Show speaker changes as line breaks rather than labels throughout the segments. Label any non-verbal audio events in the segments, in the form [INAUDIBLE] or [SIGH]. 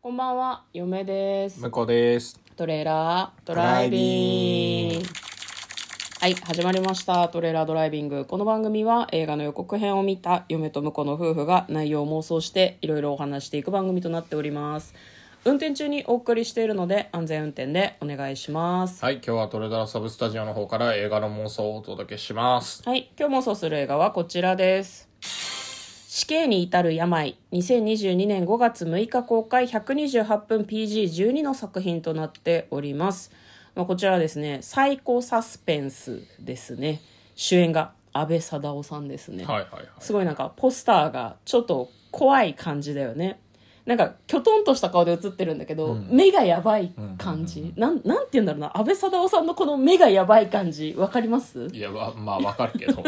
こんばんは、嫁です。
向こうです。
トレーラードライビング。
ドライビング
はい、始まりました。トレーラードライビング。この番組は映画の予告編を見た嫁と婿の夫婦が内容を妄想していろいろお話していく番組となっております。運転中にお送りしているので安全運転でお願いします。
はい、今日はトレダラサブスタジオの方から映画の妄想をお届けします。
はい、今日妄想する映画はこちらです。死刑に至る病2022年5月6日公開128分 PG12 の作品となっております、まあ、こちらはですねサイコサスペンスですね主演が安倍貞夫さんですね、
はいはいはい。
すごいなんかポスターがちょっと怖い感じだよねなんかきょとんとした顔で写ってるんだけど、目がやばい感じ、なんなんて言うんだろうな安倍貞夫さんのこの目がやばい感じわかります
いや、ままあわかるけど、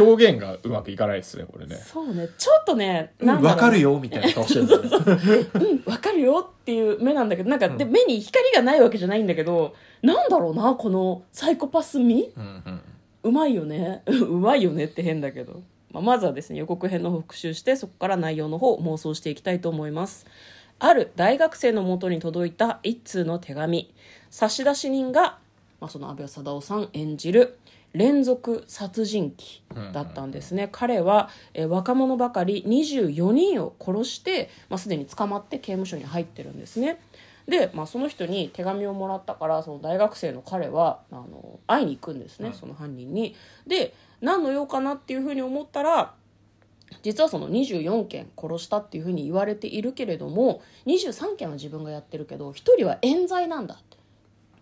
表現がうまくいかないですね、これね。
そうねちょっとねなんだろうな
よ、みたいな顔してる、ね。
うんわかるよっていう目なんだけどなんか、で目に光がないわけじゃないんだけどなんだろうなこのサイコパス味
[LAUGHS] うんうん。
うまいよね [LAUGHS] うまいよねって変だけど、まあ、まずはですね予告編の方を復習してそこから内容の方を妄想していきたいと思いますある大学生のもとに届いた一通の手紙差出人が、まあ、その安倍貞夫さん演じる連続殺人鬼だったんですね、彼は、えー若者ばかり24人を殺して、まあ、すでに捕まって刑務所に入ってるんですねで、まあ、その人に手紙をもらったからその大学生の彼はあの会いに行くんですね、その犯人にで何の用かなっていうふうに思ったら実はその24件殺したっていうふうに言われているけれども23件は自分がやってるけど1人は冤罪なんだって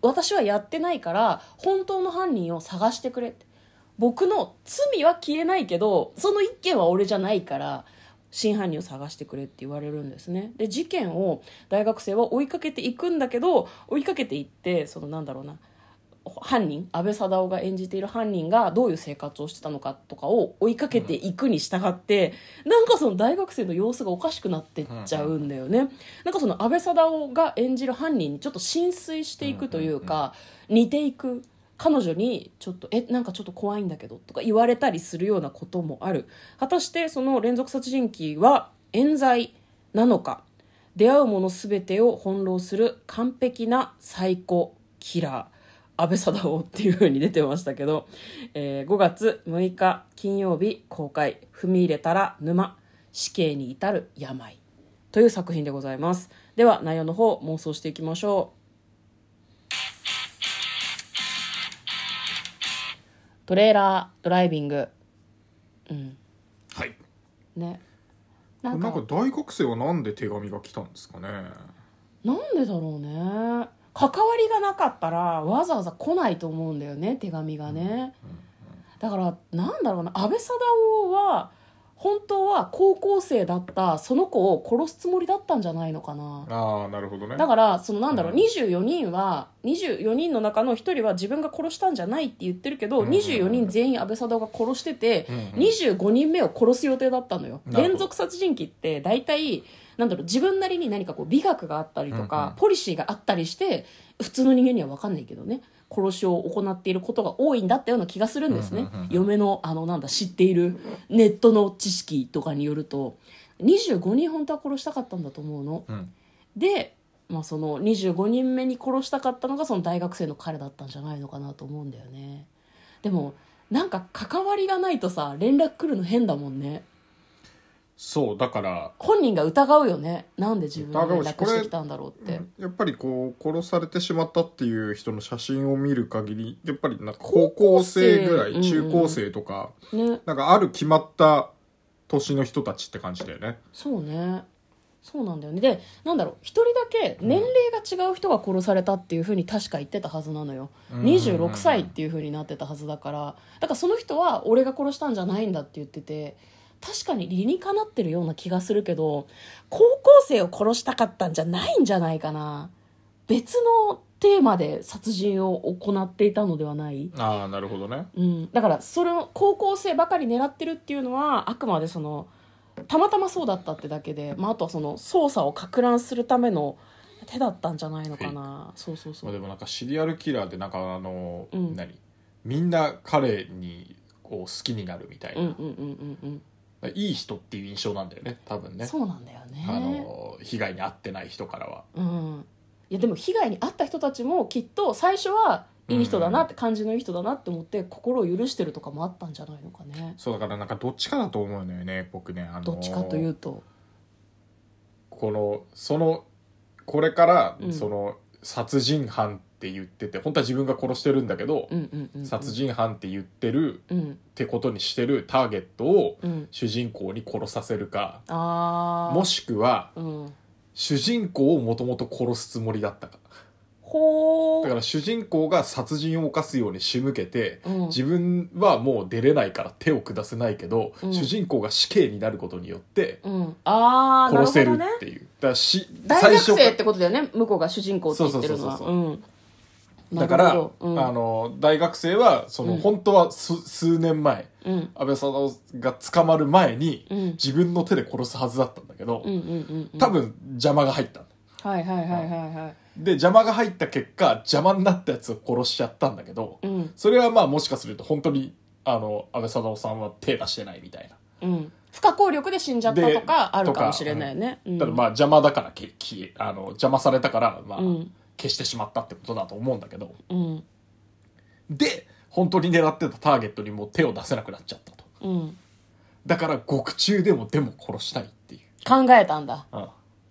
私はやってないから本当の犯人を探してくれって僕の罪は消えないけどその1件は俺じゃないから真犯人を探してくれって言われるんですねで事件を大学生は追いかけていくんだけど追いかけていってそのなんだろうな犯人安倍貞夫が演じている犯人がどういう生活をしてたのかとかを追いかけていくに従って、なんかその大学生の様子がおかしくなってっちゃうんだよね、なんかその安倍貞夫が演じる犯人にちょっと浸水していくというか、似ていく彼女にちょっと「えなんかちょっと怖いんだけど」とか言われたりするようなこともある果たしてその連続殺人鬼は冤罪なのか出会うもの全てを翻弄する完璧な最高キラー安倍貞夫っていう風に出てましたけど、えー5月6日金曜日公開「踏み入れたら沼死刑に至る病」という作品でございますでは内容の方妄想していきましょうトレーラードライビング
はい。
ねな
なんか大学生はなんで手紙が来たんですかね。
なんでだろうね関わりがなかったらわざわざ来ないと思うんだよね手紙がね、だからなんだろうな安倍貞夫は本当は高校生だったその子を殺すつもりだったんじゃないのかな
ああ、なるほどね。
だからそのなんだろう、
うん
24人は24人の中の1人は自分が殺したんじゃないって言ってるけど、
うん
24人全員安倍貞夫が殺してて、
うんうん
25人目を殺す予定だったのよ
なるほど
連続殺人鬼って大体なんだろう自分なりに何かこう美学があったりとか、
うんうん
ポリシーがあったりして普通の人間には分かんないけどね殺しを行っていることが多いんだったような気がするんですね、
うんうんうんうん
嫁のあのなんだ知っているネットの知識とかによると25人本当は殺したかったんだと思うの。
うん。
で、まあ、その25人目に殺したかったのがその大学生の彼だったんじゃないのかなと思うんだよねでもなんか関わりがないとさ連絡来るの変だもんね
そう、だから、
本人が疑うよねなんで自分が連
疑うしこ
絡
れ
してきたんだろうって
やっぱりこう、殺されてしまったっていう人の写真を見る限り、やっぱりなんか高校生ぐら
高校
い、
生う
中
んうん
高生とか、
ね
なんかある決まった年の人たちって感じだよね。
そうねそうなんだよねでなんだろう一人だけ年齢が違う人が殺されたっていうふうに確か言ってたはずなのよ、
うん
26歳っていうふうになってたはずだからだからその人は俺が殺したんじゃないんだって言ってて確かに理にかなってるような気がするけど高校生を殺したかったんじゃないんじゃないかな別のテーマで殺人を行っていたのではない
ああ、なるほどね。
うん、だからそれを高校生ばかり狙ってるっていうのはあくまでそのたまたまそうだったってだけで、まあ、あとはその捜査をか乱するための手だったんじゃないのかなそうそうそ
ま
う
あ、でもなんかシリアルキラーってなんかあの、
うん
何みんな彼にこう好きになるみたいな,、
うんうんうんうんうん
いい人っていう印象なんだよね多分ね
そうなんだよね
あの被害に遭ってない人からは
うん、いやでも被害に遭った人たちもきっと最初はいい人だなって感じのいい人だなって思って心を許してるとかもあったんじゃないのかね
そうだからなんかどっちかだと思うのよね僕ね、あの
どっちかというと
このそのこれから
うん
その、殺人犯って言ってて本当は自分が殺してるんだけど、
うんうんうんうん
殺人犯って言ってる
うん
ってことにしてるターゲットを
うん
主人公に殺させるか
ああ
もしくは
うん
主人公をもともと殺すつもりだったか
ほ
だ
う
から主人公が殺人を犯すように仕向けて、
うん
自分はもう出れないから手を下せないけど、
うん
主人公が死刑になることによって
うんああなる
殺
ほ
せる
どね
っていうだからし
大学
最
生っ
初
てことだよね向こうが主人公って言ってるのは
そうそうそう
うん
だから、
なるほどうん
あの大学生はその、
うん
本当は数数年前
うん
安倍貞夫が捕まる前に、
うん
自分の手で殺すはずだったんだけど、
うんうんうんうん
多分邪魔が入ったんだ
はいはいはいはいは
で邪魔が入った結果邪魔になったやつを殺しちゃったんだけど、
いうん
それはまあもしかすると本当にあの安倍貞夫さんは手出してないみたいな。
うん不可抗力で死んじゃったとかあるかもしれないねうん
ただまあ邪魔だからけ消えあの邪魔されたからまあ
うん
消してしまったってことだと思うんだけど
うん
で本当に狙ってたターゲットにもう手を出せなくなっちゃったと
うん
だから獄中でもでも殺したいっていう、
考えたんだ
うん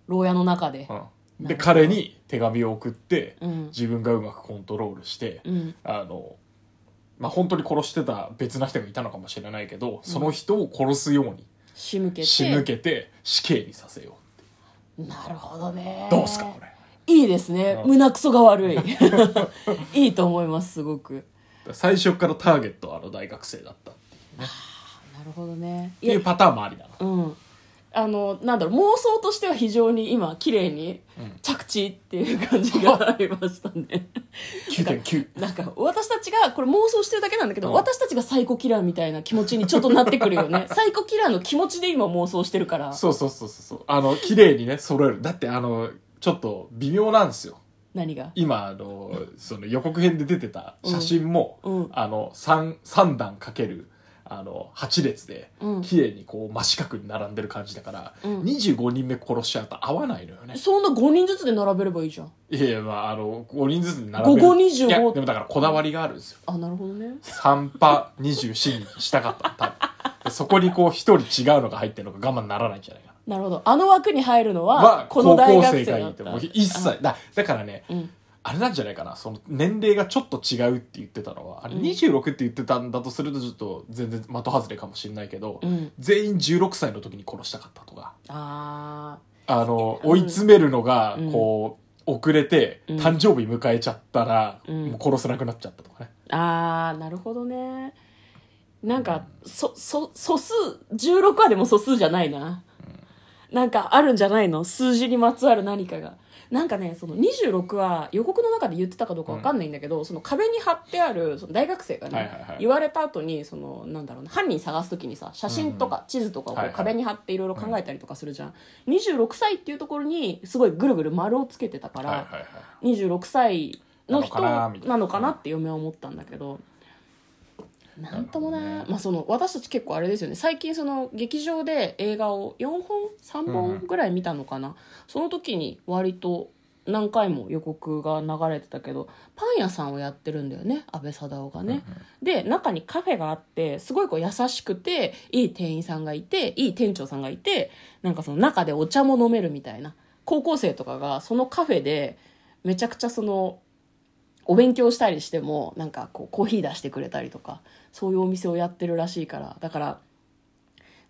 牢屋の中で
うん、
なるほど
で彼に手紙を送って
うん
自分がうまくコントロールして、
うん
あのまあ本当に殺してた別な人がいたのかもしれないけどその人を殺すように
仕向けて
仕向けて死刑にさせよ
なるほどね
うどうすかこれ
いいですね
うん
胸くそが悪い [LAUGHS] いいと思いますすごく
最初からターゲットはあの大学生だったって
なるほどねい
い
や
うパターンもありだな
うんあのなんだろう妄想としては非常に今綺麗に
うん
着地っていう感じがありましたね
9.9
なんか私たちがこれ妄想してるだけなんだけど、
うん
私たちがサイコキラーみたいな気持ちにちょっとなってくるよ
[LAUGHS]
ねサイコキラーの気持ちで今妄想してるから
そうそうそうそうそうあの綺麗にね揃えるだってあのちょっと微妙なんですよ
何が
今あのその予告編で出てた写真も、
うんうん
あの 3, 三段かけるあの8列で
うん
綺麗にこう真四角に並んでる感じだから、
うん
25人目殺しちゃうと合わないのよね
そんな5人ずつで並べればいいじゃん
いやいやまああの5人ずつに並
5 5 25
いやでもだからこだわりがあるんですよ
あなるほどね
3パ24にしたかった多分でそこにこう一人違うのが入ってるのが我慢ならないんじゃないかな
なるほどあの枠に入るのは
は
こ
高
の大
校
学
生
生
がい
だ
い
っ
と
た
思う一切だだからね、
うん
あれなんじゃないかなその年齢がちょっと違うって言ってたのはあれ
うん
26って言ってたんだとするとちょっと全然的外れかもしれないけど、
うん
全員16歳の時に殺したかったとか
あ
あの
うん
追い詰めるのが
うん
こう、遅れて
うん
誕生日迎えちゃったら、
うん
もう殺せなくなっちゃったとかね、
ーあーなるほどねなんかそそ素数16はでも素数じゃないな、なんかあるんじゃないの数字にまつわる何かがなんかねその26は予告の中で言ってたかどうかわかんないんだけど、その壁に貼ってあるその大学生がね、
はいはいはい
言われた後にそのなんだろうな犯人探す時にさ写真とか地図とかをこ
はいうはい
壁に貼っていろいろ考えたりとかするじゃん、26歳っていうところにすごいぐるぐる丸をつけてたから、
はいはいはい
26歳の人
なのかなみたいな
なのかなって嫁は思ったんだけど。なんとも
なるほ
ね
どね
まあ、その私たち結構あれですよね最近その劇場で映画を4本3
うんう
本
ん
ぐらい見たのかな、その時に割と何回も予告が流れてたけどパン屋さんをやってるんだよね阿部サダヲがね、で中にカフェがあってすごいこう優しくていい店員さんがいていい店長さんがいてなんかその中でお茶も飲めるみたいな高校生とかがそのカフェでめちゃくちゃそのお勉強したりしてもなんかこうコーヒー出してくれたりとかそういうお店をやってるらしいからだから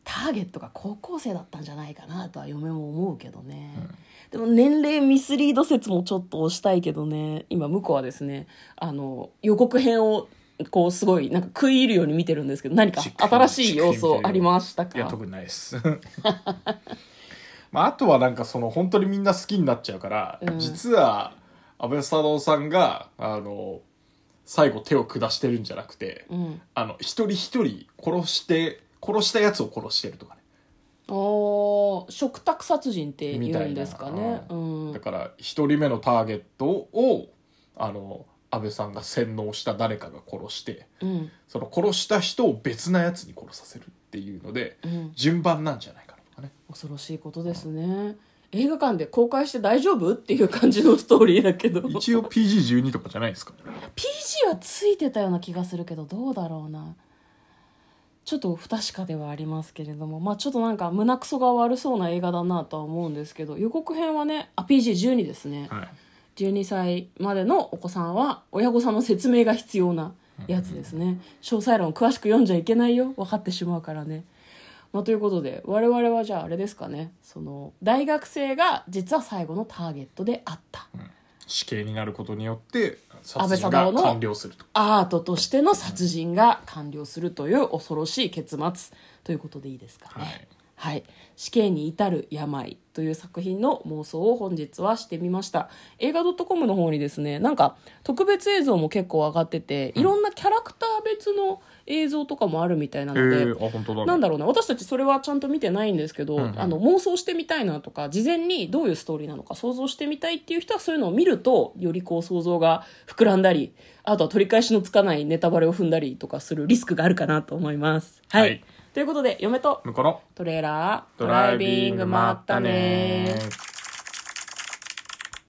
ターゲットが高校生だったんじゃないかなとは嫁も思うけどね、でも年齢ミスリード説もちょっと押したいけどね今向こうはですねあの予告編をこうすごいなんか食い入るように見てるんですけど何か
じっくり
新しい要素ありました
いや
か
特にないです [LAUGHS] まああとはなんかその本当にみんな好きになっちゃうから、
うん
実は安倍サダヲさんがあの最後手を下してるんじゃなくて、
うん、
あの一人一人殺して殺したやつを殺してるとかね
おー食卓殺人って
み
言
た
う
い
ん
な
ですかね、う
だ
ん、
から一人目のターゲットをあの安倍さんが洗脳した誰かが殺して
うん
その殺した人を別なやつに殺させるっていうので
うん
順番なんじゃないかなとかね
恐ろしいことですね映画館で公開して大丈夫っていう感じのストーリーだけど
一応 PG12 とかじゃないですか
PG はついてたような気がするけどどうだろうなちょっと不確かではありますけれどもまあちょっとなんか胸くそが悪そうな映画だなとは思うんですけど予告編はねあ PG12 ですね、
はい
12歳までのお子さんは親御さんの説明が必要なやつですね詳細論詳しく読んじゃいけないよ分かってしまうからね、まあ、ということで我々はじゃああれですかねその大学生が実は最後のターゲットであった
死刑になることによって
安
殺
倍
人
貞
が
夫の
完了すると
アートとしての殺人が完了するという恐ろしい結末ということでいいですかね。
はい
はい、死刑に至る病という作品の妄想を本日はしてみました映画 .com の方にですねなんか特別映像も結構上がってて、いろんなキャラクター別の映像とかもあるみたいな
え
ので、
ー、あ本当だ、ね、
なんだろうな私たちそれはちゃんと見てないんですけど、
うんうん
あの妄想してみたいなとか事前にどういうストーリーなのか想像してみたいっていう人はそういうのを見るとよりこう想像が膨らんだりあとは取り返しのつかないネタバレを踏んだりとかするリスクがあるかなと思います。はい、
はい
ということで嫁と
向こうの
トレーラード
ドライビングまったねー